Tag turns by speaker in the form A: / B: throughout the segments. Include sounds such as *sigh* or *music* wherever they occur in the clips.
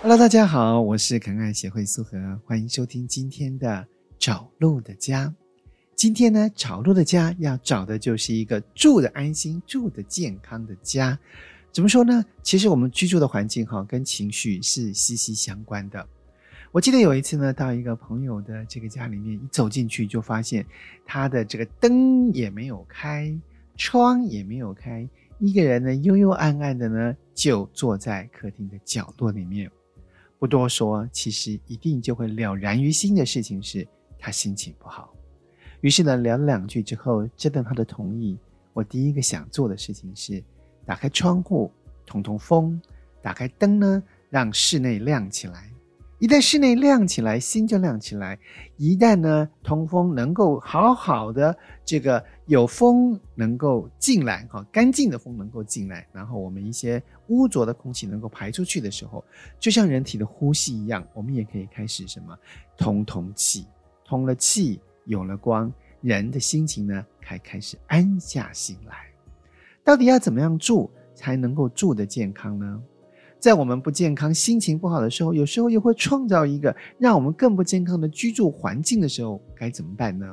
A: Hello，大家好，我是肯爱协会苏荷，欢迎收听今天的找路的家。今天呢，找路的家要找的就是一个住的安心、住的健康的家。怎么说呢？其实我们居住的环境哈、跟情绪是息息相关的。我记得有一次呢，到一个朋友的这个家里面，一走进去就发现他的这个灯也没有开，窗也没有开，一个人呢幽幽暗暗的呢，就坐在客厅的角落里面。不多说，其实一定就会了然于心的事情是，他心情不好。于是呢，聊了两句之后，征得他的同意，我第一个想做的事情是打开窗户通通风，打开灯呢，让室内亮起来。一旦室内亮起来，心就亮起来。一旦呢，通风能够好好的，这个有风能够进来，哈，干净的风能够进来，然后我们一些污浊的空气能够排出去的时候，就像人体的呼吸一样，我们也可以开始什么通通气，通了气，有了光，人的心情呢，才开始安下心来。到底要怎么样住才能够住得健康呢？在我们不健康、心情不好的时候，有时候又会创造一个让我们更不健康的居住环境的时候，该怎么办呢？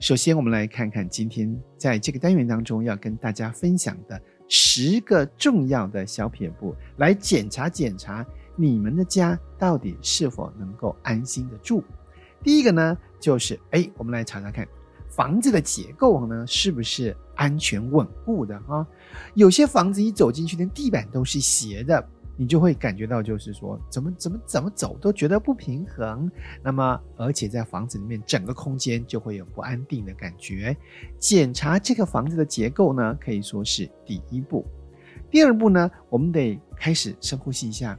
A: 首先，我们来看看今天在这个单元当中要跟大家分享的十个重要的小撇步，来检查检查你们的家到底是否能够安心的住。第一个呢，就是哎，我们来查查看房子的结构呢是不是安全稳固的啊、有些房子一走进去，连地板都是斜的，你就会感觉到就是说怎么怎么怎么走都觉得不平衡。那么，而且在房子里面，整个空间就会有不安定的感觉。检查这个房子的结构呢，可以说是第一步。第二步呢，我们得开始深呼吸一下，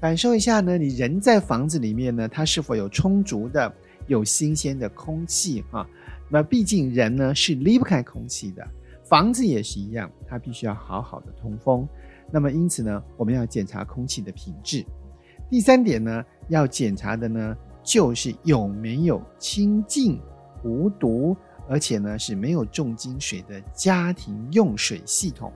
A: 感受一下呢，你人在房子里面呢，它是否有充足的、有新鲜的空气啊？那毕竟人呢是离不开空气的，房子也是一样，它必须要好好的通风。那么因此呢，我们要检查空气的品质。第三点呢，要检查的呢，就是有没有清净、无毒，而且呢是没有重金水的家庭用水系统。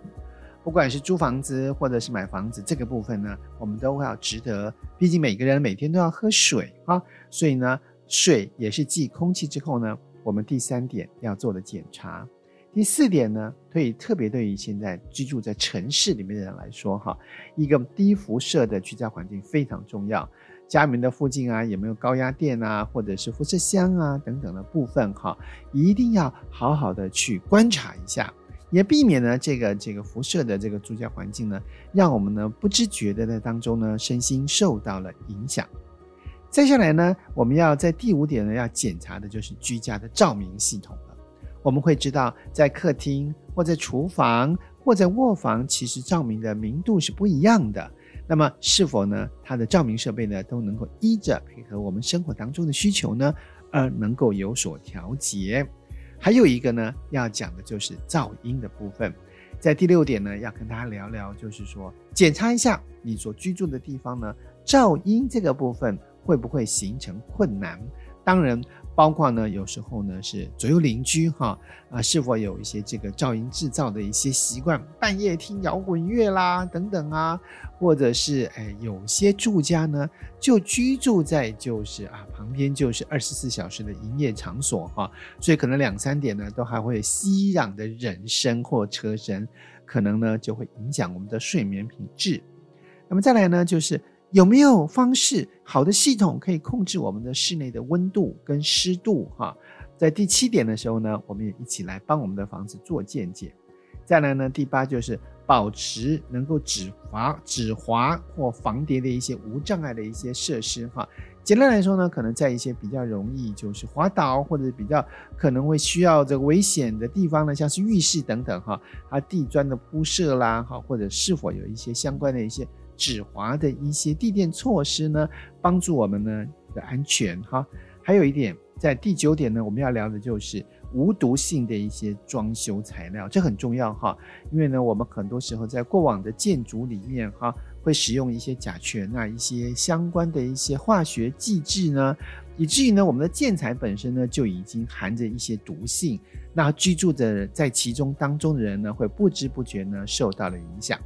A: 不管是租房子或者是买房子，这个部分呢，我们都要值得，毕竟每个人每天都要喝水啊，所以呢，水也是继空气之后呢，我们第三点要做的检查。第四点呢，对于特别对于现在居住在城市里面的人来说，哈，一个低辐射的居家环境非常重要。家门的附近啊，有没有高压电啊，或者是辐射箱啊等等的部分哈，一定要好好的去观察一下，也避免呢这个这个辐射的这个住家环境呢，让我们呢不知觉的在当中呢身心受到了影响。再下来呢，我们要在第五点呢要检查的就是居家的照明系统了。我们会知道，在客厅或在厨房或在卧房，其实照明的明度是不一样的。那么，是否呢？它的照明设备呢，都能够依着配合我们生活当中的需求呢，而能够有所调节。还有一个呢，要讲的就是噪音的部分。在第六点呢，要跟大家聊聊，就是说检查一下你所居住的地方呢，噪音这个部分会不会形成困难？当然，包括呢，有时候呢是左右邻居哈啊，是否有一些这个噪音制造的一些习惯，半夜听摇滚乐啦等等啊，或者是哎有些住家呢就居住在就是啊旁边就是二十四小时的营业场所哈、所以可能两三点呢都还会有熙攘的人声或车声，可能呢就会影响我们的睡眠品质。那么再来呢，就是有没有方式好的系统可以控制我们的室内的温度跟湿度哈、在第七点的时候呢，我们也一起来帮我们的房子做见解。再来呢，第八就是保持能够止滑、止滑或防跌的一些无障碍的一些设施哈、简单来说呢，可能在一些比较容易就是滑倒或者比较可能会需要这个危险的地方呢，像是浴室等等哈，它地砖的铺设啦哈，或者是否有一些相关的一些止滑的一些地垫措施呢，帮助我们呢的安全哈。还有一点，在第九点呢，我们要聊的就是无毒性的一些装修材料，这很重要哈。因为呢，我们很多时候在过往的建筑里面哈，会使用一些甲醛啊，一些相关的一些化学剂制呢，以至于呢，我们的建材本身呢就已经含着一些毒性，那居住的在其中当中的人呢，会不知不觉呢受到了影响。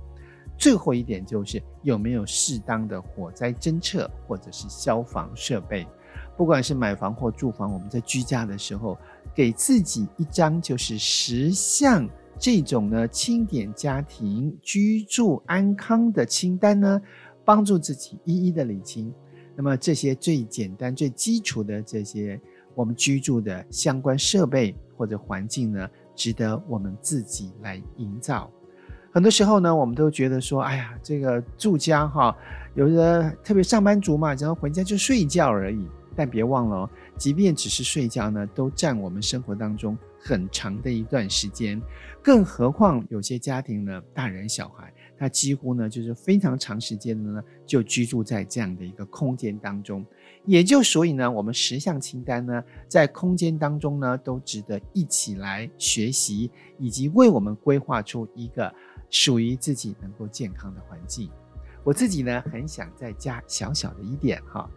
A: 最后一点就是有没有适当的火灾侦测或者是消防设备。不管是买房或住房，我们在居家的时候，给自己一张就是十项这种呢清点家庭居住安康的清单呢，帮助自己一一的理清。那么这些最简单、最基础的这些我们居住的相关设备或者环境呢，值得我们自己来营造。很多时候呢，我们都觉得说，哎呀，这个住家哈，有的特别上班族嘛，然后回家就睡觉而已。但别忘了哦，即便只是睡觉呢，都占我们生活当中很长的一段时间。更何况有些家庭呢，大人小孩，他几乎呢就是非常长时间的呢就居住在这样的一个空间当中。也就所以呢，我们十项清单呢，在空间当中呢，都值得一起来学习，以及为我们规划出一个属于自己能够健康的环境。我自己呢，很想再加小小的一点哈。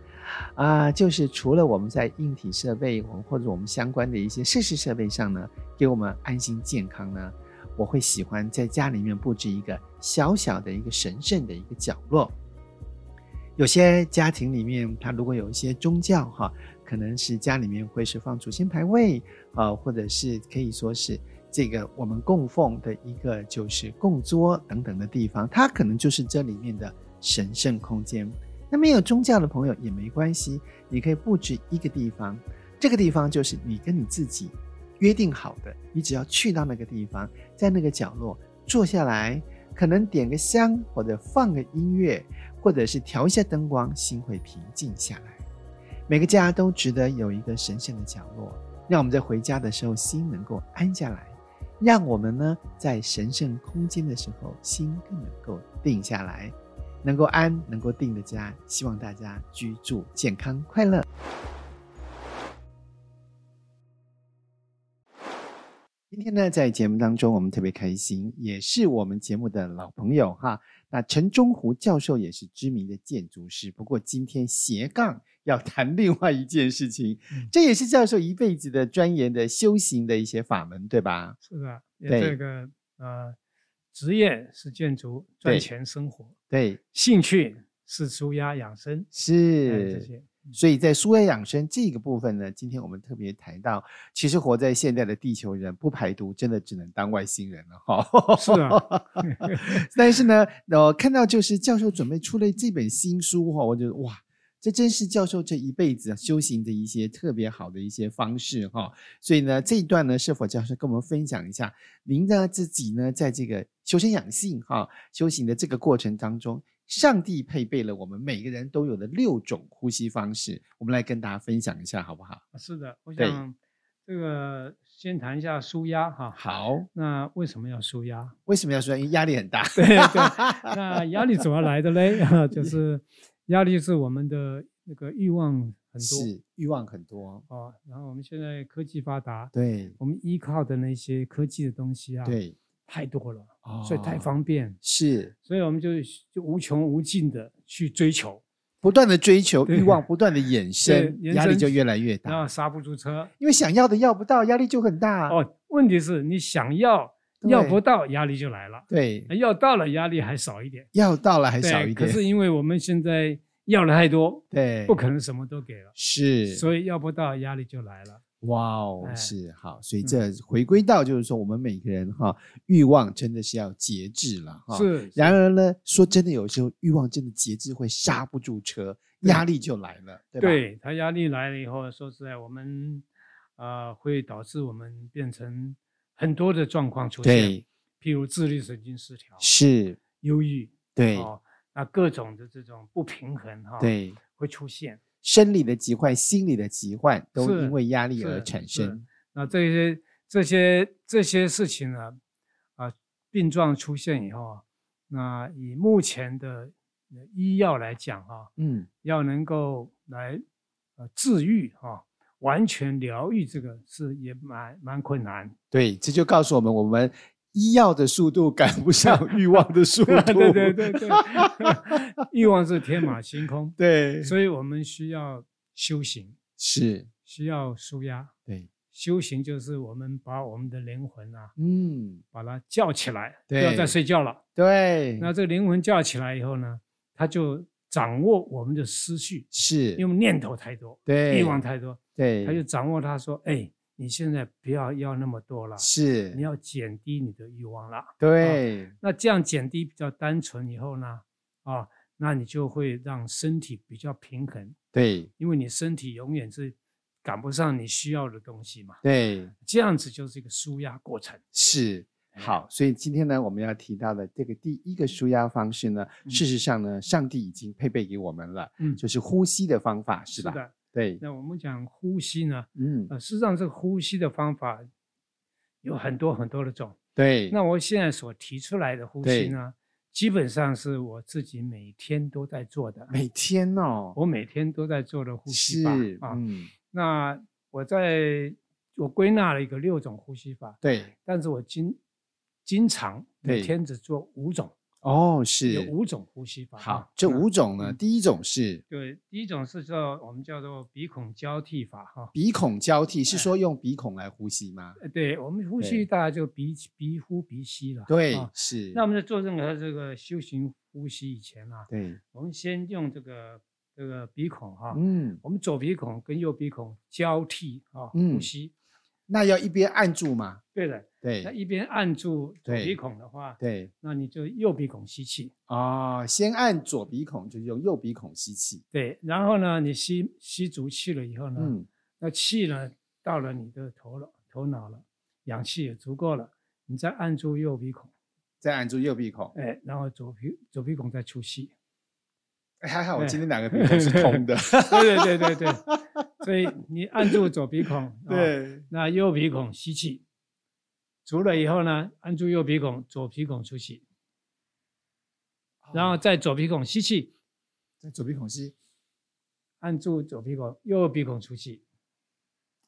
A: 啊、就是除了我们在硬体设备，我们或者我们相关的一些设施设备上呢，给我们安心健康呢，我会喜欢在家里面布置一个小小的一个神圣的一个角落。有些家庭里面，他如果有一些宗教哈，可能是家里面会是放祖先牌位啊、或者是可以说是这个我们供奉的一个就是供桌等等的地方，它可能就是这里面的神圣空间。那没有宗教的朋友也没关系，你可以布置一个地方，这个地方就是你跟你自己约定好的，你只要去到那个地方，在那个角落坐下来，可能点个香，或者放个音乐，或者是调一下灯光，心会平静下来。每个家都值得有一个神圣的角落，让我们在回家的时候心能够安下来，让我们呢在神圣空间的时候心更能够定下来。能够安、能够定的家，希望大家居住健康快乐。今天呢，在节目当中，我们特别开心，也是我们节目的老朋友哈。那陈忠湖教授也是知名的建筑师，不过今天斜杠要谈另外一件事情，这也是教授一辈子的钻研的修行的一些法门，对吧？
B: 是的，也
A: 对
B: 这个呃，职业是建筑，
A: 对
B: 赚钱生活，
A: 对，
B: 兴趣是舒压养生，哎
A: 是、
B: 这些。
A: 所以在舒压养生这个部分呢，今天我们特别谈到，其实活在现代的地球人不排毒，真的只能当外星人了哈。
B: 是啊
A: *laughs* 但是呢，我看到就是教授准备出了这本新书哈，我觉得哇。这真是教授这一辈子修行的一些特别好的一些方式哈、所以呢，这一段呢，是否教授跟我们分享一下您呢自己呢在这个修身养性哈、修行的这个过程当中，上帝配备了我们每个人都有的六种呼吸方式，我们来跟大家分享一下好不好？
B: 啊是的，我
A: 对
B: 想这个先谈一下舒压哈。
A: 好，
B: 那为什么要舒压？
A: 为什么要说？因为压力很大。*laughs*
B: 对对，那压力怎么来的嘞？ *laughs* 啊，就是压力是我们的那个欲望很多
A: 是欲望很多。
B: 啊、然后我们现在科技发达，
A: 对
B: 我们依靠的那些科技的东西啊，，
A: 对，
B: 太多了，啊所以太
A: 哦
B: 方便，
A: 是
B: 所以我们就就无穷无尽的去追求，
A: 不断的追求
B: 对
A: 欲望，不断的衍生，
B: 延
A: 压力
B: 伸
A: 就越来越
B: 然
A: 大
B: 后。刹不住车。
A: 因为想要的要不到，压力就很大。
B: 哦，问题是你想要要不到，压力就来了；
A: 对，
B: 要到了，压力还少一点，
A: 要到了还
B: 对
A: 少一
B: 可
A: 点。
B: 是因为我们现在要的太多，
A: 对，
B: 不可能什么都给了，
A: 是
B: 所以要不到，压力就来了。
A: 哇哦，
B: 哎
A: 是好，所以
B: 嗯
A: 这回归到就是说，我们每个人哈，欲望真的是要节制了哈。。
B: 是，
A: 然而呢，说真的，有时候欲望真的节制会刹不住车，
B: 对
A: 压力就来了，对吧？
B: 对他压力来了以后，说实在，我们啊、呃会导致我们变成很多的状况出现，
A: 对
B: 譬如自律神经失调、
A: 是，
B: 忧郁，
A: 对
B: 哦，那各种的这种不平衡哈、
A: 对，
B: 会出现。
A: 生理的疾患、心理的疾患都
B: 是
A: 因为压力而
B: 是
A: 产
B: 是
A: 生。
B: 那这些这些这些事情呢，啊、病状出现以后啊，那以目前的呃医药来讲啊，
A: 嗯，
B: 要能够来呃治愈哈、完全疗愈这个是也蛮蛮困难。 *laughs*
A: 对，这就告诉我们，我们医药的速度赶不
B: *laughs*
A: 上欲望的速度。
B: 对对对对， *laughs* 欲望是天马行空，
A: *laughs* 对，
B: 所以我们需要修行，
A: 是，
B: 需要舒压，
A: 对，
B: 修行就是我们把我们的灵魂啊，
A: 嗯，
B: 把它叫起来，不
A: 对嗯
B: 要再睡觉了。
A: 对，
B: 那这个灵魂叫起来以后呢，它就掌握我们的思绪，
A: 是，
B: 因为念头太多，
A: 对
B: 欲望太多，
A: 对，
B: 它就掌握它说：“哎，你现在不要要那么多了，
A: 是，
B: 啊你要哦减低你的欲望了。
A: 对，”
B: 那这样减低比较单纯以后呢，啊，那你就会让身体比较平衡，
A: 对，
B: 因为你身体永远是赶不上你需要的东西嘛。
A: 对，
B: 这样子就是一个舒压过程。
A: 是。
B: 哎
A: 好，所以今天呢，我们要提到的这个第一个舒压方式呢，
B: 嗯
A: 事实上呢，上帝已经配备给我们了，
B: 嗯，
A: 就是呼吸的方法，是吧？
B: 的。
A: 对，
B: 那我们讲呼吸呢，
A: 嗯，
B: 呃，事实上这个呼吸的方法有很多很多的种。
A: 对，
B: 那我现在所提出来的呼
A: 对
B: 吸呢，基本上是我自己每天都在做的，
A: 每天哦，
B: 我每天都在做的呼吸
A: 是
B: 法，啊。
A: 嗯，
B: 那我在我归纳了一个六种呼吸法，
A: 对，
B: 但是我经经常每
A: 对
B: 天只做五种，
A: 哦，
B: 有
A: 是，
B: 五种呼吸法啊。
A: 好，这
B: 那
A: 五种呢，
B: 嗯
A: 第一种是
B: 对，第一种是叫我们叫做鼻孔交替法哈。
A: 鼻孔交替，是
B: 哎
A: 说用鼻孔来呼吸吗？
B: 呃，对我们呼
A: 对
B: 吸大家就鼻鼻呼鼻吸了。
A: 对
B: 啊，
A: 是，
B: 那我们在做任何这个修行呼吸以前啊，
A: 对，
B: 我们先用这个这个鼻孔哈、
A: 嗯，
B: 我们左鼻孔跟右鼻孔交替啊、
A: 嗯
B: 呼吸。
A: 那要一边按住嘛，
B: 对的，那
A: 对，
B: 一边按住左
A: 对
B: 鼻孔的话，
A: 对，
B: 那你就右鼻孔吸气。
A: 哦，先按左鼻孔，就是用右鼻孔吸气，
B: 对，然后呢，你吸吸足气了以后呢，
A: 嗯，
B: 那气呢到了你的头了头脑了，氧气也足够了，你再按住右鼻孔，
A: 再按住右鼻孔。
B: 哎，然后左鼻左鼻孔再出气。
A: 哎还好我
B: 哎
A: 今天两个鼻孔是通
B: *laughs*
A: 的，
B: 对对对对对，所以你按住左
A: *laughs*
B: 鼻孔，啊，
A: 对，
B: 那右鼻孔吸气，足了以后呢，按住右鼻孔，左鼻孔出气，然后
A: 哦
B: 再左鼻孔吸气，
A: 在左鼻孔吸，按
B: 按住左鼻孔，右鼻孔出气，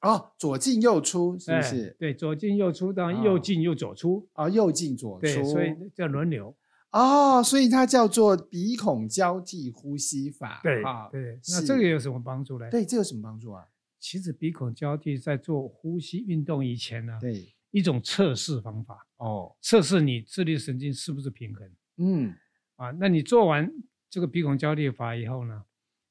A: 哦，左进右出，是
B: 哎
A: 不是？
B: 对，左进右出，当然
A: 哦
B: 右进右左出，
A: 哦，右进左
B: 对，
A: 出，
B: 所以叫轮流，
A: 哦，所以它叫做鼻孔交替呼吸法。
B: 对
A: 啊，
B: 对。
A: 是
B: 那这个有什么帮助呢？，
A: 对，这有什么帮助啊？
B: 其实鼻孔交替在做呼吸运动以前呢，
A: 对，
B: 一种测试方法，
A: 哦，
B: 测试你自律神经是不是平衡。
A: 嗯，
B: 啊，那你做完这个鼻孔交替法以后呢，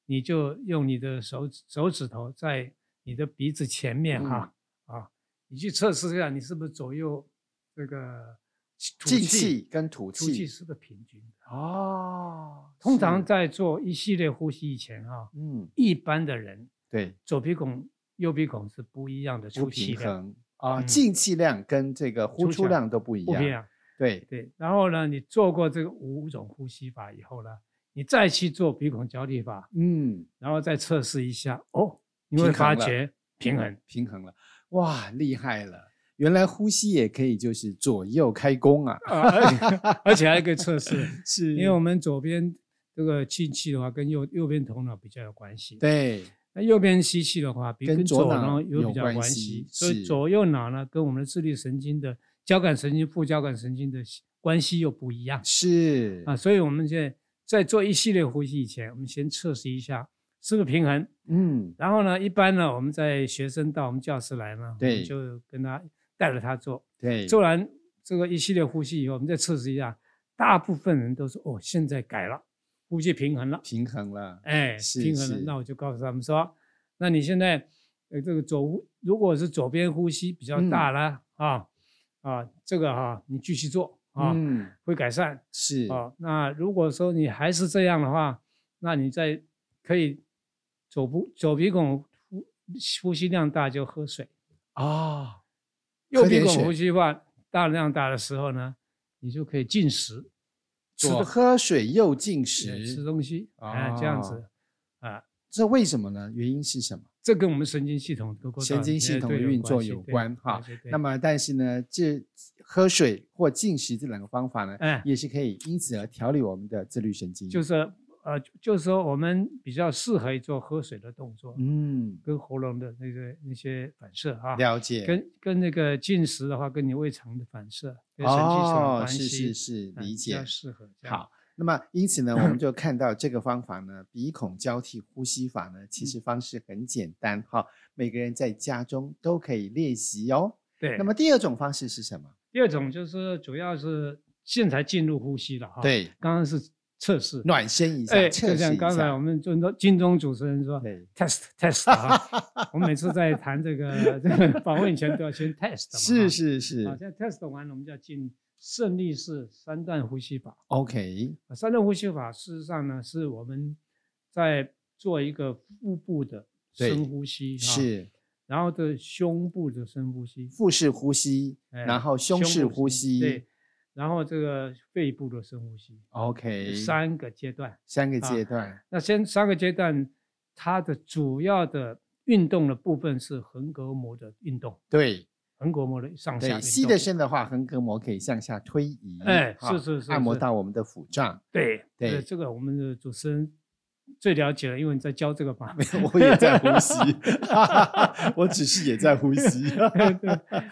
B: 你就用你的手指手指头在你的鼻子前面哈、
A: 嗯
B: 啊，你去测试一下你是不是左右这个气吐
A: 进气跟吐
B: 出气
A: 气，
B: 是不是平均的？
A: 哦，
B: 通
A: 是
B: 常，在做一系列呼吸以前啊，
A: 嗯，
B: 一般的人
A: 对，
B: 左鼻孔、右鼻孔是不一样的
A: 不
B: 出气
A: 平
B: 量，
A: 衡啊，
B: 嗯
A: 进气量跟这个呼
B: 出
A: 出
B: 气
A: 量都不一
B: 不
A: 样。
B: 一样。
A: 对，
B: 对，然后呢，你做过这个五种呼吸法以后呢，你再去做鼻孔交替法，
A: 嗯，
B: 然后再测试一下哦，你
A: 平
B: 会
A: 衡
B: 发
A: 了嗯
B: 觉平衡。
A: 平衡了，哇，厉害了！原来呼吸也可以就是左右开弓啊，
B: 啊，而
A: *laughs*
B: 而且还可以测试，
A: 是
B: 因为我们左边这个进气的话，跟右右边头脑比较有关系。，
A: 对，
B: 那右边吸气的话，比
A: 跟
B: 跟
A: 左
B: 左
A: 脑
B: 脑有
A: 有
B: 比较
A: 关
B: 关
A: 系
B: 系，所以
A: 是
B: 左右脑呢，跟我们的自律神经的交感神经、副交感神经的关系又不一样
A: 是
B: 啊。所以我们现在在做一系列呼吸以前，我们先测试一下是不是平衡。
A: 嗯，
B: 然后呢，一般呢，我们在学生到我们教室来呢，我们
A: 对
B: 就跟他带着他做，
A: 对，
B: 做完这个一系列呼吸以后，我们再测试一下，大部分人都说哦，现在改了，呼吸平衡了，
A: 平衡了，
B: 哎，
A: 是
B: 平衡了
A: 是。
B: 那我就告诉他们说，那你现在呃这个左呼，如果是左边呼吸比较
A: 嗯
B: 大啦，啊啊，这个哈、你继续做啊，
A: 嗯，
B: 会改善
A: 是，
B: 啊。那如果说你还是这样的话，那你再可以左不左鼻孔呼呼吸量大就喝水。
A: 哦，
B: 右
A: 喝
B: 鼻
A: 点
B: 孔
A: 水
B: 呼吸法大量大的时候呢，你就可以进食，吃
A: 左
B: 的
A: 喝水右进
B: 吃
A: 食，
B: 东西，哎、这样子
A: 哦
B: 啊，
A: 这为什么呢？原因是什么？
B: 这跟我们神经系统的沟
A: 神经系统的运作有关哈。那，么，但是呢，这喝水或进食这两个方法呢，
B: 哎
A: 也是可以因此而调理我们的自律神经。
B: 对对对有关系对就是呃，就是说我们比较适合做喝水的动作，
A: 嗯，
B: 跟喉咙的那个那些反射啊。
A: 了解。
B: 跟跟那个进食的话，跟你胃肠的反射，跟神经系统有
A: 哦，
B: 关
A: 是
B: 系，
A: 是是，
B: 哎
A: 理
B: 比
A: 解
B: 较。适合。
A: 好，那么因此呢，我
B: 嗯
A: 们就看到这个方法呢，鼻孔交替呼吸法呢，
B: 嗯
A: 其实方式很简单哈、每个人在家中都可以练习哦。
B: 对，
A: 那么第二种方式是什么？
B: 第二种就是主要是现在进入呼吸了哈。，
A: 对，
B: 刚刚是测试。
A: 暖身一下，
B: 啊哎，
A: 测
B: 就
A: 试
B: 像
A: 一
B: 刚才
A: 下。
B: 我们中中金钟主持人说
A: 对，
B: test test 啊，我们每次在谈这个这个访问前都要先 test 嘛。
A: 是
B: 哈
A: 是是
B: 好，现在 test 完了，我们就要进胜利式三段呼吸法。
A: ，OK，
B: 啊三段呼吸法事实上呢，是我们在做一个腹部的
A: 对
B: 深呼吸，哈，
A: 是
B: 然后的胸部的深呼吸，
A: 腹式呼吸，
B: 哎
A: 然后胸式呼吸，
B: 对，然后这个肺部的深呼吸，
A: ，OK，
B: 三个阶段。
A: 三个
B: 啊
A: 阶段，
B: 那先三个阶段，它的主要的运动的部分是横膈膜的运动，
A: 对
B: 横膈膜的上下运
A: 对，
B: 动。
A: 吸的深的话，横膈膜可以向下推移，
B: 哎
A: 哈
B: 是是是
A: 按摩
B: 是
A: 到我们的腹胀。
B: 对呃
A: 对
B: 这这个我们的主持人最了解了，因为你在教这个
A: *laughs*
B: 法
A: 没有，我也在呼吸， *laughs* 我只是也在呼
B: *laughs*
A: 吸。
B: 对，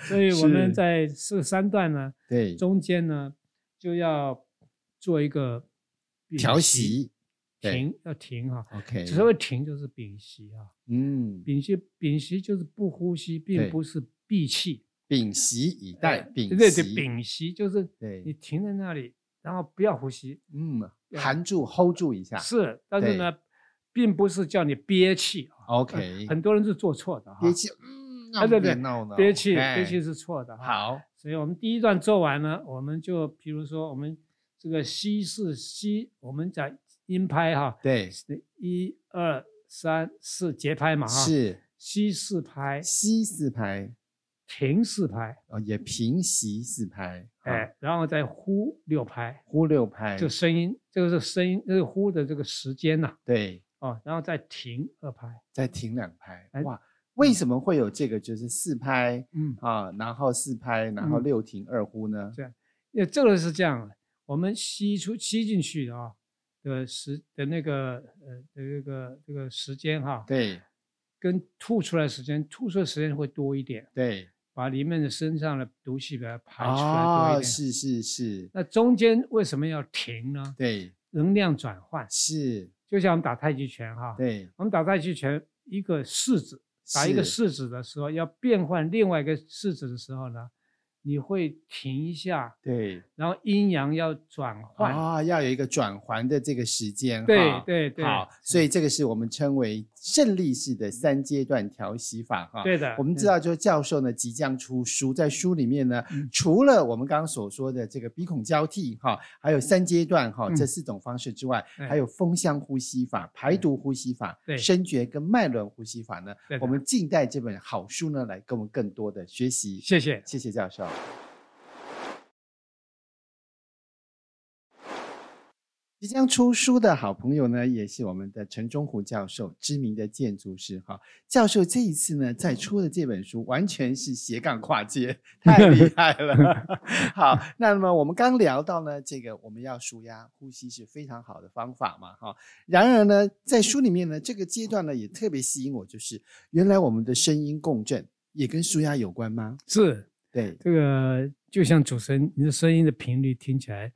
B: 所以我们
A: 是
B: 在这三段呢，
A: 对，
B: 中间呢就要做一个屏
A: 调
B: 息，
A: 息对
B: 停要停哈、
A: ，OK，
B: 只是会停就是屏息啊，
A: 嗯，
B: 屏息屏息就是不呼吸，并
A: 对
B: 不是闭气，
A: 屏息以待，
B: 哎
A: 屏
B: 对对
A: 息，
B: 屏息就是你
A: 对，
B: 停在那里，然后不要呼吸，
A: 嗯，
B: 呃
A: 含住，hold 住一下
B: 是，但是呢，并不是叫你憋气啊。呃
A: ，OK，
B: 很多人是做错的哈，
A: 憋气，嗯，那
B: 啊对
A: 别
B: 对
A: 闹了，
B: 憋气，憋
A: 哎
B: 气是错的哈。
A: 好，
B: 所以我们第一段做完了，我们就比如说我们这个吸是吸，我们讲音拍哈，
A: 对，
B: 是一二三四节拍嘛啊哈，哎
A: 是
B: 吸四拍，
A: 吸四拍，
B: 停四拍，
A: 哦，也平息四拍，啊
B: 哎，然后再呼六拍，
A: 呼六拍，
B: 这个声音，这个是声音，这个呼的这个时间呐，
A: 对，
B: 哦，然后再停二拍，
A: 再停两拍
B: 哎，
A: 哇，为什么会有这个就是四拍
B: 嗯，
A: 啊，然后四拍，然后
B: 嗯
A: 六停二呼呢？
B: 呃，这个是这样的，我们吸出吸进去的啊，的时的那个呃的这个这个时间哈、
A: 对
B: 跟吐出来时间，吐出来时间会多一点，
A: 对，
B: 把里面的身上的毒气把它排出来多
A: 哦，
B: 一点。
A: 是是是，
B: 那中间为什么要停呢？
A: 对
B: 能量转换，
A: 是，
B: 就像我们打太极拳哈，
A: 对
B: 我们打太极拳一个式子，打一个
A: 是
B: 式子的时候，要变换另外一个式子的时候呢，你会停一下，
A: 对
B: 然后阴阳要转换。
A: 啊，要有一个转环的这个时间，
B: 对
A: 哈
B: 对对，嗯
A: 好，所以这个是我们称为胜利式的三阶段调息法哈。
B: 对的，
A: 我们知
B: 嗯
A: 道，就是教授呢即将出书，在书里面呢
B: 嗯，
A: 除了我们刚刚所说的这个鼻孔交替哈，还有三阶段哈
B: 嗯
A: 这四种方式之外，
B: 对
A: 还有风箱呼吸法、排毒呼吸法
B: 对、
A: 深觉跟脉轮呼吸法呢
B: 对，的
A: 我们静待这本好书呢来跟我们更多的学习。
B: 谢谢。
A: 谢谢教授。即将出书的好朋友呢，也是我们的陈忠虎教授，知名的建筑师哈。教授这一次呢，在出的这本书完全是斜杠跨界，太厉害了。好，那么我们刚聊到呢，这个我们要舒压，呼吸是非常好的方法嘛哈。然而呢，在书里面呢，这个阶段呢也特别吸引我，就是原来我们的声音共振也跟舒压有关吗？
B: 是
A: 对，
B: 这个，就像主持人，你的声音的频率听起来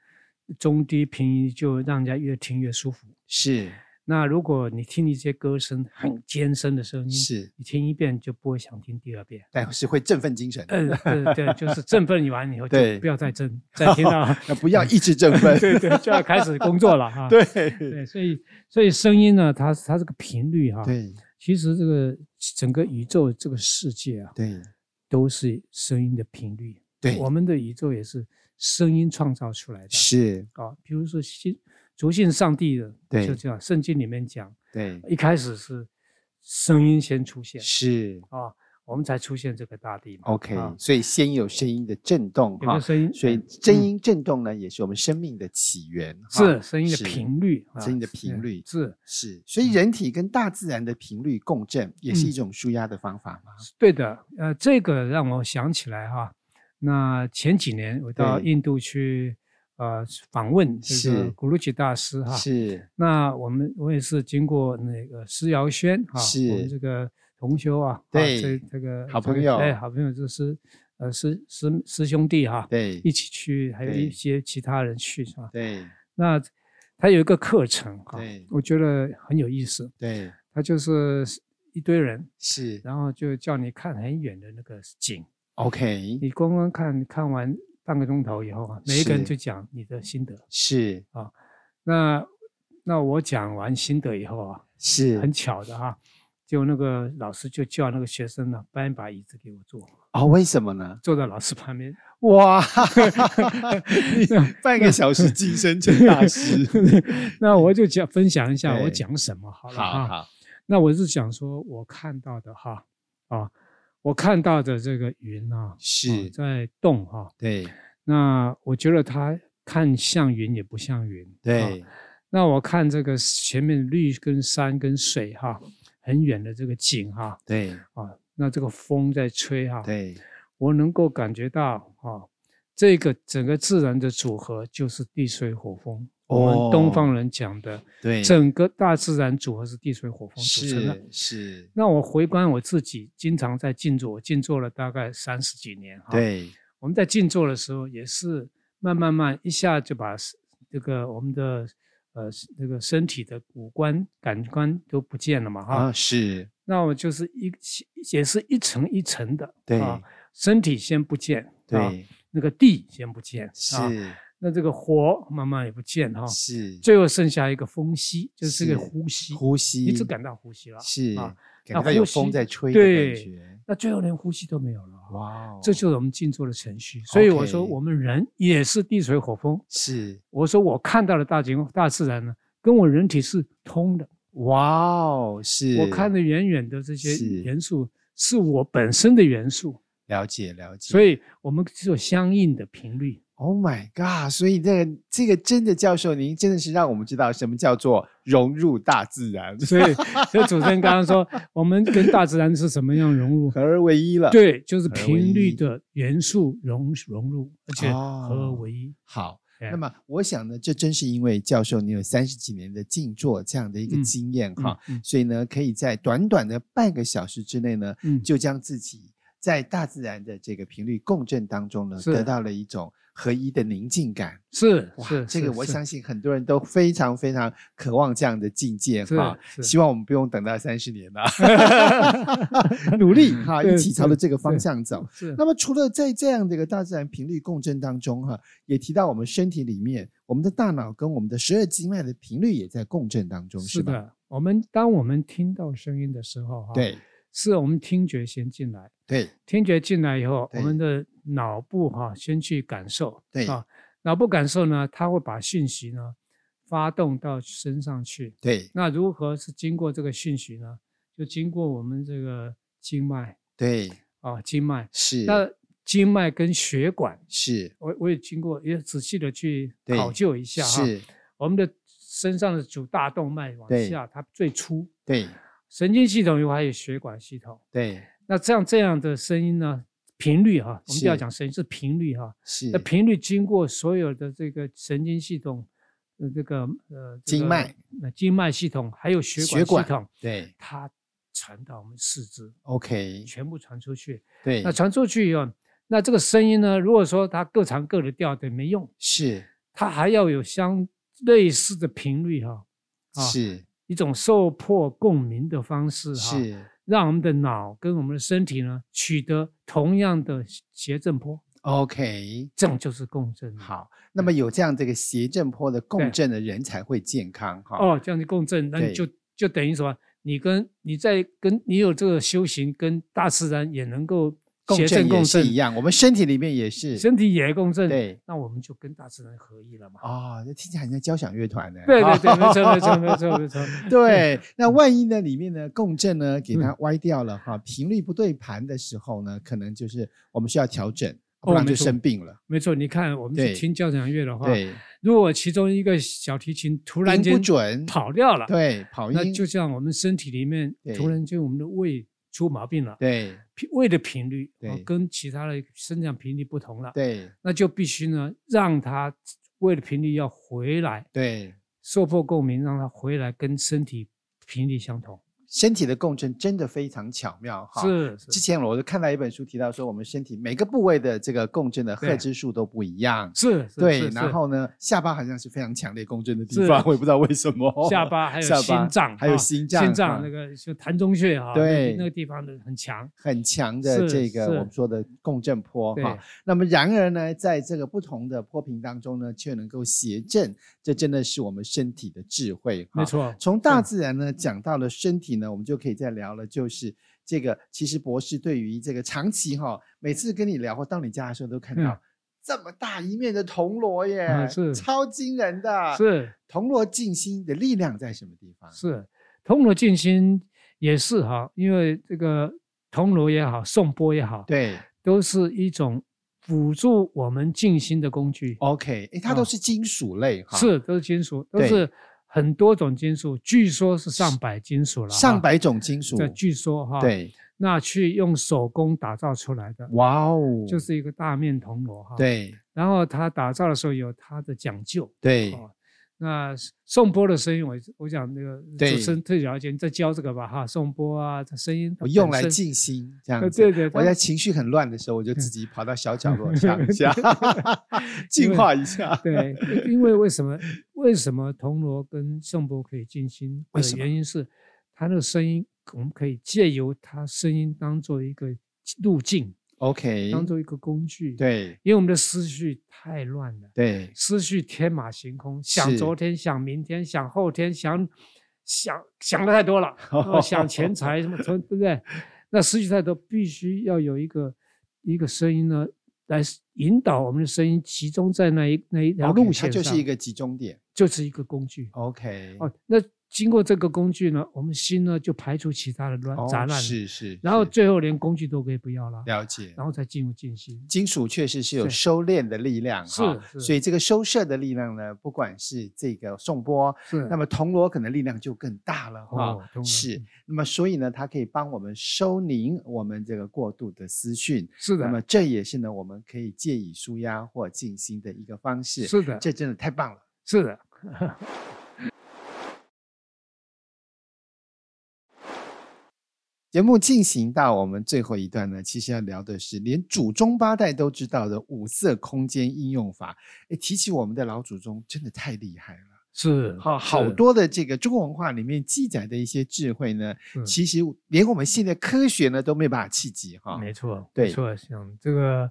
B: 中低频率，就让人家越听越舒服。
A: 是
B: 那如果你听一些歌声很尖声的声音，
A: 是，
B: 你听一遍就不会想听第二遍。
A: 但是会振奋精神。
B: 呃，对对，就是振奋你完以后就
A: 对
B: 不要再振，再听
A: *laughs*，
B: 到
A: 那不要一直振奋。
B: *laughs* 对对，就要开始工作了
A: *laughs*
B: 哈。
A: 对
B: 对，所以所以声音呢，它它这个频率哈，
A: 对
B: 其实这个整个宇宙这个世界啊，
A: 对
B: 都是声音的频率。
A: 对
B: 我们的宇宙也是声音创造出来的。
A: 是，
B: 啊，比如说信逐信上帝的，
A: 对
B: 就这样。圣经里面讲，
A: 对
B: 一开始是声音先出现
A: 是
B: 啊，我们才出现这个大地嘛。
A: OK
B: 啊。
A: 所以先有声音的震动
B: 有
A: 哈
B: 个，声音，嗯
A: 所以声音震动呢，也是我们生命的起源。哈
B: 是声音的
A: 是
B: 频率，啊
A: 声音的频率
B: 是
A: 是，所
B: 嗯
A: 以人体跟大自然的频率共振，也是一种舒压的方法嘛。
B: 是对的。呃，这个让我想起来哈，那前几年我到
A: 对
B: 印度去呃访问这
A: 是
B: 个古鲁吉大师哈，
A: 是
B: 那我们我也是经过那个施瑶轩啊，我
A: 是
B: 们这个同修啊，啊
A: 对
B: 这这个
A: 好
B: 这个
A: 朋友
B: 哎，好朋友就是呃师师师兄弟哈、
A: 对
B: 一起去，还有
A: 对
B: 一些其他人去啊。
A: 对
B: 那它有一个课程哈
A: 对，
B: 我觉得很有意思。
A: 对，
B: 它就是一堆人，
A: 是
B: 然后就叫你看很远的那个景，
A: OK，
B: 你光光看看完半个钟头以后啊，每一个
A: 是
B: 人就讲你的心得。
A: 是
B: 那那我讲完心得以后啊，
A: 是
B: 很巧的哈、就那个老师就叫那个学生呢、搬一把椅子给我坐，
A: 哦，为什么呢？
B: 坐到老师
A: *laughs*
B: 旁边。
A: 哇，你半个小时晋升成大师，
B: *laughs* 那我就讲分享一下
A: 对
B: 我讲什么好了
A: 好
B: 啊。
A: 好
B: 那我是讲说我看到的哈啊，我看到的这个云啊，啊
A: 是，
B: 在动哈、
A: 对
B: 那我觉得它看像云也不像云，啊
A: 对
B: 那我看这个前面绿跟山跟水哈、很远的这个景哈
A: 对
B: 啊那这个风在吹哈、
A: 对，
B: 我能够感觉到啊，这个整个自然的组合就是地水火风。我们
A: 哦
B: 东方人讲的，
A: 对，
B: 整个大自然组合是地水火风啊组成的。
A: 是是，
B: 那我回观我自己，经常在静坐，我静坐了大概三十几年哈。，
A: 对
B: 我们在静坐的时候也是慢慢慢一下就把是这个我们的呃那个身体的五官感官都不见了嘛哈。
A: 啊是，
B: 那我就是一也是一层一层的，
A: 对
B: 啊，身体先不见，啊，
A: 对
B: 那个地先不见，啊，
A: 是
B: 那这个火慢慢也不见哈、
A: 是，
B: 最后剩下一个风息，就是这个
A: 是
B: 呼吸，
A: 呼吸
B: 一直感到呼吸了，
A: 是
B: 啊，
A: 感觉
B: 那
A: 到有
B: 呼
A: 风
B: 吸
A: 在吹的感
B: 对
A: 觉，
B: 那最后连呼吸都没有了啊，
A: 哇哦，
B: 这就是我们静坐的程序。所以我说，
A: ，OK
B: 我们人也是地水火风。
A: 是
B: 我说我看到的大景大自然呢，跟我人体是通的，
A: 哇哦，是
B: 我看得远远的这些
A: 是
B: 元素是我本身的元素，
A: 了解了解，
B: 所以我们是有相应的频率。
A: Oh my god！所以这个这个真的教授，您真的是让我们知道什么叫做融入大自然，
B: 所以，所以主持人刚刚说，我们跟大自然是怎么样融入
A: 合？而为一了。，
B: 对，就是
A: 合而为
B: 频率
A: 一
B: 的元素融融入，而且合
A: 哦
B: 而为一。
A: 好。
B: 哎
A: 那么我想呢，这真是因为教授你有三十几年的静坐这样的一个
B: 嗯
A: 经验
B: 嗯
A: 哈，
B: 嗯
A: 所以呢，可以在短短的半个小时之内呢，
B: 嗯，
A: 就将自己在大自然的这个频率共振当中呢，
B: 是
A: 得到了一种合一的宁静感。
B: 是
A: 哇
B: 是，
A: 这
B: 是
A: 个我
B: 是
A: 相信很多人都非常非常渴望这样的境界
B: 是
A: 哈。
B: 是
A: 希望我们不用等到三十
B: *laughs*
A: 年了，啊努力哈，
B: 嗯对
A: 一起朝着这个方
B: 对
A: 向走。
B: 是
A: 那么除了在这样的一个大自然频率共振当中哈，也提到我们身体里面，我们的大脑跟我们的十二经脉的频率也在共振当中，
B: 是
A: 吧？
B: 的。我们当我们听到声音的时候，哈，，
A: 对
B: 是我们听觉先进来，
A: 对
B: 听觉进来以后，
A: 对
B: 我们的脑部哈先去感受，
A: 对
B: 啊，脑部感受呢，它会把讯息呢发动到身上去。
A: 对
B: 那如何是经过这个讯息呢？就经过我们这个经脉
A: 对，
B: 啊，经脉。
A: 是
B: 那经脉跟血管，
A: 是
B: 我我也经过也仔细的去
A: 对
B: 考究一下哈。
A: 是，
B: 我们的身上的主大动脉往
A: 对
B: 下，它最粗。
A: 对
B: 神经系统以外还有血管系统。
A: 对
B: 那这样这样的声音呢，频率哈，我们不要
A: 是
B: 讲声音，是频率哈。
A: 是
B: 那频率经过所有的这个神经系统，呃，这个呃这
A: 经
B: 个
A: 脉、
B: 呃经脉系统，还有血
A: 血管
B: 管系统，
A: 对
B: 它传到我们四肢，
A: OK
B: 全部传出去。
A: 对
B: 那传出去以后，哦那这个声音呢，如果说它各长各的调的没用，
A: 是
B: 它还要有相类似的频率哈、啊，
A: 是
B: 一种受迫共鸣的方式哈、
A: 是
B: 让我们的脑跟我们的身体呢取得同样的谐振波，
A: OK
B: 这样就是共振了。
A: 好。那么有这样这个谐振波的共
B: 嗯对
A: 振的人才会健康哈。
B: 哦，这样就共振，那
A: 对
B: 你就就等于什么？你跟你在跟你有这个修行，跟大自然也能够
A: 共
B: 谐
A: 振
B: 振
A: 也
B: 共
A: 是
B: 振
A: 一，样，我们身体里面也是。
B: 身体也共振，
A: 对，
B: 那我们就跟大自然合一了嘛。
A: 哦，这听起来很像交响乐团 *laughs* 呢。
B: 对对对，没错没错没
A: *laughs*
B: 错 *laughs* 没错。
A: 对，那万一呢，里面的共振呢
B: 嗯
A: 给它歪掉了哈，频率不对盘的时候呢，可能就是我们需要调整，不
B: 哦
A: 然就
B: 没错
A: 生病了。
B: 没错，你看我们
A: 对
B: 去听交响乐的话，
A: 对，
B: 如果其中一个小提琴突然
A: 音不
B: 间
A: 准，
B: 跑掉了，
A: 对，跑
B: 那
A: 音
B: 就像我们身体里面
A: 对
B: 突然间我们的胃出毛病了，
A: 对
B: 频胃的频率啊
A: 对
B: 跟其他的生长频率不同了，
A: 对
B: 那就必须呢让它胃的频率要回来，
A: 对，
B: 受迫共鸣让它回来跟身体频率相同。
A: 身体的共振真的非常巧妙哈。
B: 是
A: 之
B: 是
A: 前我就看到一本书提到说，我们身体每个部位的这个共振的
B: 对
A: 赫兹数都不一样。
B: 是，是
A: 对，
B: 是
A: 然
B: 是
A: 后呢，下巴好像是非常强烈共振的地
B: 是
A: 方，我也不知道为什么。
B: 下巴还有
A: 哦下巴
B: 心脏，
A: 还有
B: 啊
A: 心脏
B: 心脏
A: 啊
B: 那个就膻中穴哈，那
A: 对
B: 那个地方的很强，
A: 很强的
B: 是
A: 这个
B: 是
A: 我们说的共振波
B: 对
A: 哈。那么然而呢，在这个不同的波频当中呢，却能够谐振，这真的是我们身体的智慧哈。
B: 没错，
A: 从大
B: 嗯
A: 自然呢讲到了身体呢，我们就可以再聊了，就是这个其实博士对于这个长期哈、每次跟你聊或到你家的时候都看到、
B: 嗯
A: 这么大一面的铜锣耶，
B: 嗯是
A: 超惊人的。
B: 是
A: 铜锣静心的力量在什么地方？
B: 是，铜锣静心也是哈，因为这个铜锣也好，颂钵也好，
A: 对
B: 都是一种辅助我们静心的工具，
A: ，OK，哎，它都
B: 啊
A: 是金属类哈，
B: 是都是金属，都
A: 对
B: 是很多种金属，据说是上百金属了哈，
A: 上百种金属，
B: 这据说哈，，
A: 对，
B: 那去用手工打造出来的，
A: 哇哦，
B: 啊就是一个大面铜锣哈，。
A: 对
B: 然后他打造的时候有他的讲究。
A: 对
B: 哦那颂钵的声音我，我讲那个
A: 对
B: 主持人特了解，你再教这个吧哈，颂钵啊，这声音
A: 我用来
B: 本身
A: 静心这
B: 呃
A: 样子。
B: 对对，嗯
A: 我
B: 它
A: 在情绪很乱的时候，我就自己跑到小角
B: *laughs*
A: 落想一下，净化一下。
B: 对，因为为什么为什么铜锣跟颂钵可以静心
A: 为
B: 的
A: 什么
B: 原因是，它那个声音我们可以借由它声音当做一个路径，
A: OK，
B: 当做一个工具。，
A: 对
B: 因为我们的思绪太乱了。
A: 对
B: 思绪天马行空，想
A: 是，
B: 昨天，想明天，想后天，想想想的太多了
A: *laughs*
B: 呃想钱财什么，对不对？那思绪太多，必须要有一个一个声音呢，来引导我们的声音集中在那一那一条
A: OK，它
B: 路线上，
A: 哦就是一个集中点。
B: 就是一个工具
A: OK，
B: 哦。那经过这个工具呢，我们心呢就排除其他的乱杂乱了，
A: 哦是是，
B: 然后
A: 是
B: 最后连工具都可以不要了，
A: 了解。
B: 然后再进入静心。
A: 金属确实是有
B: 对
A: 收敛的力量哈，
B: 是是
A: 所以这个收摄的力量呢，不管是这个颂钵，
B: 是，
A: 那么铜锣可能力量就更大了哈。
B: 哦，懂了
A: 是
B: 嗯，
A: 那么所以呢，它可以帮我们收凝我们这个过度的思绪。
B: 是
A: 那么
B: 的，
A: 这也是呢，我们可以借以舒压或静心的一个方式。
B: 是的，
A: 这真的太棒了。
B: 是的。
A: 节目进行到我们最后一段呢，其实要聊的是连祖宗八代都知道的五色空间应用法。诶，提起我们的老祖宗，真的太厉害了。
B: 是
A: 好，好
B: 是
A: 多的这个中国文化里面记载的一些智慧呢，
B: 是
A: 其实连我们现在科学呢都没办法企及哈。
B: 没错，
A: 啊对
B: 没错，像这个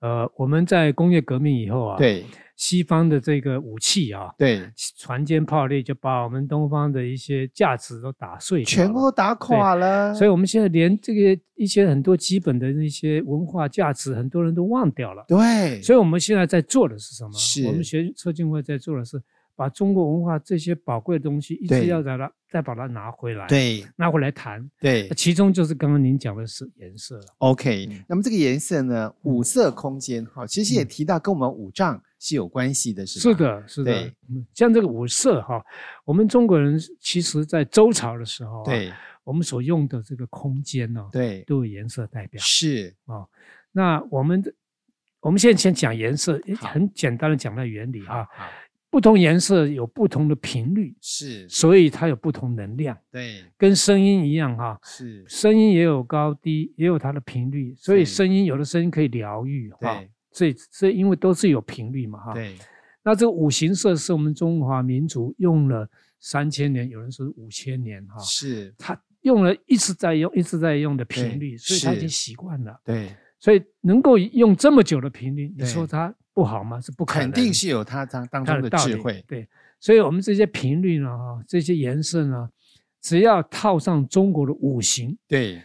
B: 呃，我们在工业革命以后啊，
A: 对
B: 西方的这个武器啊，
A: 对，
B: 船坚炮利就把我们东方的一些价值都打碎掉
A: 全
B: 了
A: 都打垮了。
B: 所以我们现在连这个一些很多基本的那些文化价值，很多人都忘掉了。
A: 对，
B: 所以我们现在在做的是什么？我
A: 是
B: 们学车进会在做的是把中国文化这些宝贵的东西，一
A: 对
B: 直要再它再把它拿回来，
A: 对
B: 拿回来谈。
A: 对
B: 其中就是刚刚您讲的是颜色了。
A: ，OK、
B: 嗯
A: 那么这个颜色呢，五色空间哈，其实也
B: 嗯
A: 提到跟我们五脏是有关系的，是吧？
B: 是，的，是的
A: 对，
B: 嗯像这个五色哈，我们中国人其实在周朝的时候、啊，，
A: 对
B: 我们所用的这个空间呢、
A: 对
B: 都有颜色代表
A: 是，
B: 啊、哦那我们的，我们现在先讲颜色，也
A: 好
B: 很简单的讲到原理哈、
A: 好
B: 不同颜色有不同的频率，
A: 是，
B: 所以它有不同能量，
A: 对
B: 跟声音一样哈、
A: 是，
B: 声音也有高低，也有它的频率，所以
A: 是
B: 声音有的声音可以疗愈哈
A: 对，
B: 所以所以因为都是有频率嘛哈，
A: 对
B: 那这个五行社是我们中华民族用了三千年，有人说五千年哈、
A: 是，
B: 它用了一直在用，一直在用的频
A: 对
B: 率，所以它
A: 是
B: 已经习惯了。
A: 对，
B: 所以能够用这么久的频率，你
A: 对
B: 说它不好吗？是不可能
A: 肯
B: 的，
A: 定是有它当当
B: 它
A: 中
B: 的
A: 的
B: 道
A: 智
B: 理
A: 慧，
B: 对，所以我们这些频率呢，哈，这些颜色呢，只要套上中国的五行，
A: 对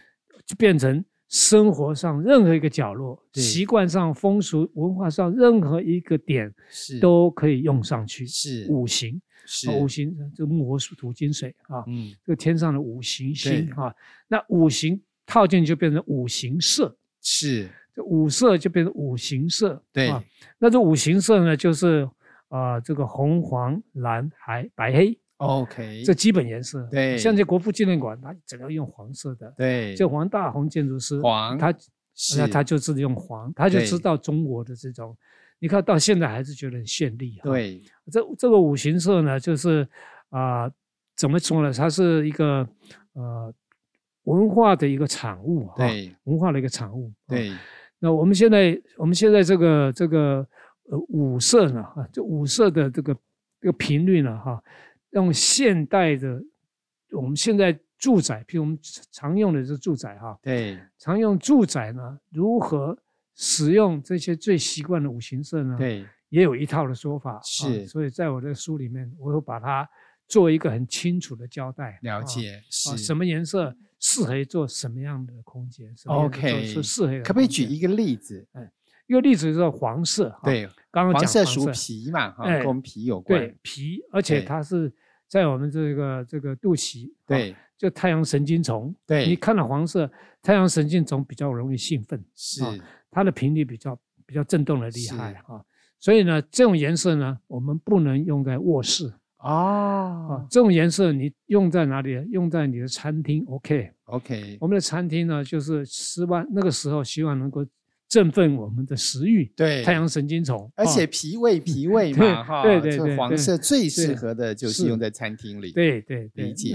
B: 就变成生活上任何一个角落、
A: 对
B: 习惯上、风俗文化上任何一个点
A: 是
B: 都可以用上去。
A: 是
B: 五行。
A: 是
B: 啊，五行这木火水土金水啊，
A: 嗯
B: 这个天上的五行星
A: 对
B: 啊，那五行套进去就变成五行色，
A: 是，
B: 这五色就变成五行色。
A: 对
B: 啊，那这五行色呢，就是啊、呃这个红黄蓝白白黑
A: OK
B: 这基本颜色。
A: 对
B: 像这国父纪念馆，它整个用黄色的。
A: 对
B: 这王大红建筑师，
A: 黄
B: 他
A: 是
B: 那他就是用黄，他就
A: 对
B: 知道中国的这种，你看到现在还是觉得很绚丽啊。
A: 对
B: 这这个五行社呢，就是啊、怎么说呢？它是一个呃文化的一个产物哈，
A: 对
B: 文化的一个产物。啊，
A: 对，
B: 那我们现在我们现在这个这个呃五色呢哈，这五色的这个这个频率呢哈，用现代的我们现在住宅，譬如我们常用的这住宅哈，
A: 对，
B: 常用住宅呢如何使用这些最习惯的五行色呢？，
A: 对，
B: 也有一套的说法。啊
A: 是
B: 所以在我的书里面，我有把它做一个很清楚的交代。
A: 了
B: 啊
A: 解
B: 啊，
A: 是
B: 什么颜色适合做什么样的空间什么样的做
A: OK，
B: 是适合的
A: 可不可以
B: 空
A: 举
B: 间
A: 一个例子？
B: 一个例子？就是黄色，啊，
A: 对，
B: 刚刚
A: 黄
B: 讲
A: 色属脾嘛，哈，
B: 哎
A: 跟我们脾有
B: 对
A: 关。
B: 脾，而且
A: 对
B: 它是在我们这个这个肚脐，啊，
A: 对
B: 就太阳神经丛，你哦
A: 对，
B: 看到黄色，太阳神经丛比较容易兴奋，
A: 是
B: 它的频率比较比较震动的厉
A: 是
B: 害啊。所以呢，这种颜色呢，我们不能用在卧室啊
A: 哦。
B: 这种颜色你用在哪里？用在你的餐厅，OK？
A: ，OK，
B: 我们的餐厅呢，就是希望那个时候希望能够振奋我们的食欲，
A: 对，
B: 太阳神经丛，
A: 而且
B: 啊
A: 脾胃脾胃
B: 对
A: 嘛，哈，
B: 对对
A: 这
B: 对
A: 黄
B: 对
A: 色最适
B: 对
A: 合的就是
B: 是
A: 用在餐厅里。，
B: 对对对，
A: 理解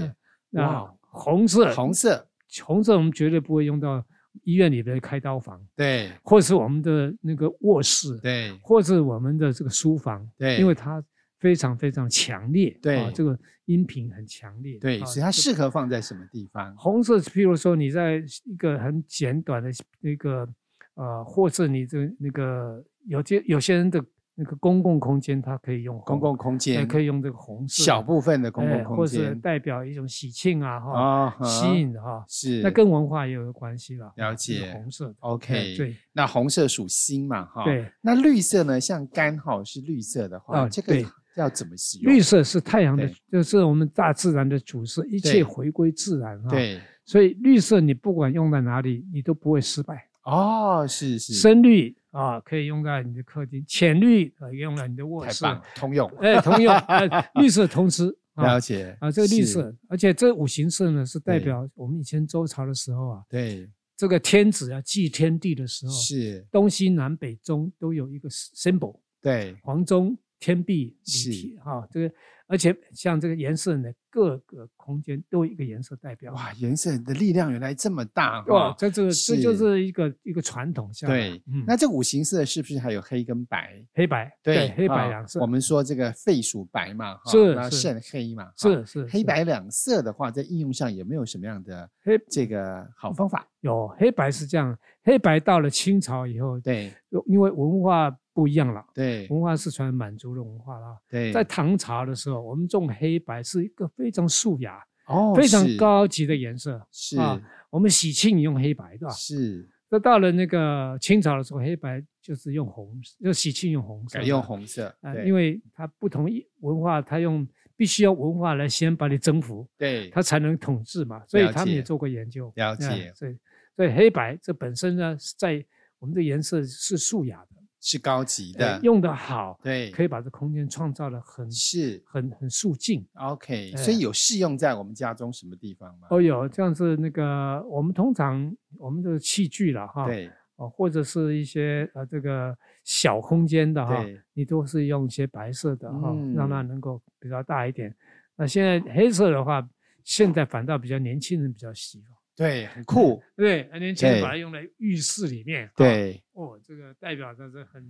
B: 那。
A: 哇
B: 那红色，
A: 红色，
B: 红色我们绝对不会用到医院里的开刀房，
A: 对
B: 或是我们的那个卧室，
A: 对
B: 或是我们的这个书房，
A: 对
B: 因为它非常非常强烈，啊
A: 对，
B: 这个音频很强烈，
A: 对，
B: 啊
A: 所以它
B: 这
A: 适合放在什么地方？
B: 红色，譬如说你在一个很简短的那个呃，或是你这那个有些有些人的那个公共空间，它可以用
A: 公
B: 红
A: 共空
B: 也
A: 间
B: 哦哎可以用这个红色
A: 小部分的公
B: 哎
A: 共空
B: 或是
A: 间
B: 代表一种喜庆啊哈，
A: 啊，哈
B: 吸引的哈，
A: 是
B: 那跟文化也有关系了。
A: 了
B: 啊就是
A: 解哦
B: 红色的哎
A: OK
B: 对
A: 那红色属心嘛，哈，。
B: 对，
A: 那绿色呢？像肝哈是绿色的话，
B: 啊
A: 这个
B: 对
A: 要怎么使用？
B: 绿色是太阳的
A: 对，
B: 就是我们大自然的主色，一
A: 对
B: 切回归自然啊。，
A: 对
B: 所以绿色你不管用在哪里，你都不会失败。
A: 哦，是是，
B: 深绿啊，可以用在你的客厅；浅绿啊，用在你的卧
A: 太
B: 室。
A: 棒了，通用，
B: 哎，
A: *laughs*
B: 同用、哎绿色同吃
A: 了
B: 啊
A: 解
B: 啊，这个
A: 是
B: 绿
A: 嗯
B: 色，而且这五行色呢，是代
A: 对
B: 表我们以前周朝的时候啊，
A: 对
B: 这个天子啊祭天地的时候，
A: 是，
B: 东西南北中都有一个 symbol，
A: 对
B: 黄钟天臂
A: 是
B: 礼体啊，这个而且像这个颜色呢，各个空间都有一个颜色代表。
A: 哇，颜色的力量原来这么大
B: 哇
A: 哈，。
B: 这这个这就是是一个一个传统下来。
A: 对
B: 嗯，
A: 那这五行色是不是还有黑跟白？
B: 黑白黑白
A: 啊
B: 两色
A: 我，们说这个肺属白嘛，哈
B: 是
A: 那
B: 是
A: 肾黑嘛，哈
B: 是是
A: 啊黑
B: 是
A: 白两色的话，在应用上有没有什么样的
B: 黑
A: 这个好方法？
B: 有黑白是这样，黑白到了清朝以后，
A: 对
B: 因为文化不一样了，
A: 对
B: 文化是传满族的文化了。
A: 对，
B: 哦在唐朝的时候，我们种黑白是一个非常素雅、
A: 哦
B: 非常
A: 是
B: 高级的颜色。
A: 是
B: 啊我们喜庆用黑白，对吧？
A: 是
B: 那到了那个清朝的时候，黑白就是用红，就喜庆用红色
A: 改
B: 的，
A: 用红色，
B: 啊、
A: 对
B: 因为它不同意文化，它用必须要文化来先把你征服，
A: 对
B: 他才能统治嘛。所以
A: 了
B: 他们也
A: 解
B: 做过研究，
A: 了
B: 嗯
A: 解
B: 所以，所以黑白这本身呢，是在我们的颜色是素雅的，
A: 是高级
B: 呃
A: 的，
B: 用得好，
A: 啊对
B: 可以把这空间创造的很
A: 是
B: 很很肃静。
A: OK，
B: 哎
A: 所以有适用在我们家中什么地方吗？
B: 哦有这样子那个我们通常我们的器具了哈，，
A: 对
B: 哦或者是一些呃这个小空间的哈，
A: 对
B: 你都是用一些白色的哈，让它
A: 嗯
B: 能够比较大一点。那现在黑色的话，现在反倒比较年轻人比较喜欢。
A: 对，很酷，
B: 对，啊很年轻人
A: 对
B: 把它用在浴室里面。啊，
A: 对，
B: 哦，这个代表着是
A: *laughs*
B: 很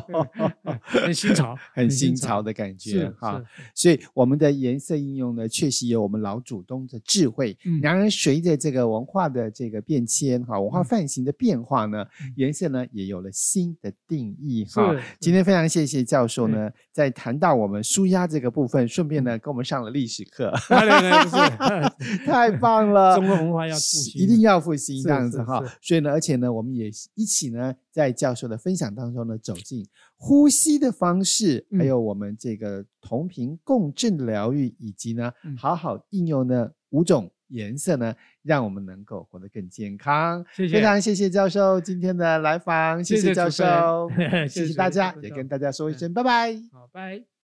A: 很
B: 很新潮，
A: 新潮，的感觉
B: 是
A: 哈。
B: 是
A: 所以我们的颜色应用呢，确实有我们老祖宗的智慧。
B: 嗯
A: 然而，随着这个文化的这个变迁哈，文化
B: 嗯
A: 范型的变化呢，
B: 嗯
A: 颜色呢也有了新的定义
B: 是
A: 哈。
B: 是
A: 今天非常谢谢教授
B: 嗯
A: 呢，在谈到我们舒压这个部分，顺便呢跟我们上了历史
B: *laughs*
A: 课，
B: 哪里哪里不是，
A: *laughs*
B: *laughs*
A: 太棒了！
B: 中国文化要复
A: 是
B: 兴，
A: 一定要复兴
B: 是
A: 这样子
B: 是
A: 哈
B: 是。
A: 所以呢，而且呢，我们也一起呢，在教授的分享当中呢，走进呼吸的方式，还
B: 嗯
A: 有我们这个同频共振疗愈，以及呢，
B: 嗯
A: 好好应用呢五种颜色呢，让我们能够活得更健康。
B: 谢
A: 非
B: 谢，
A: 常谢谢教授今天的来访，
B: 谢
A: 谢
B: 谢
A: 教
B: 主持人
A: 授，
B: *laughs* 谢谢
A: 谢
B: 主
A: 谢
B: 持
A: 大
B: 人
A: 家，
B: 谢谢
A: 也
B: 教
A: 跟
B: 授
A: 大家说一
B: 嗯
A: 声拜拜。
B: 好，拜。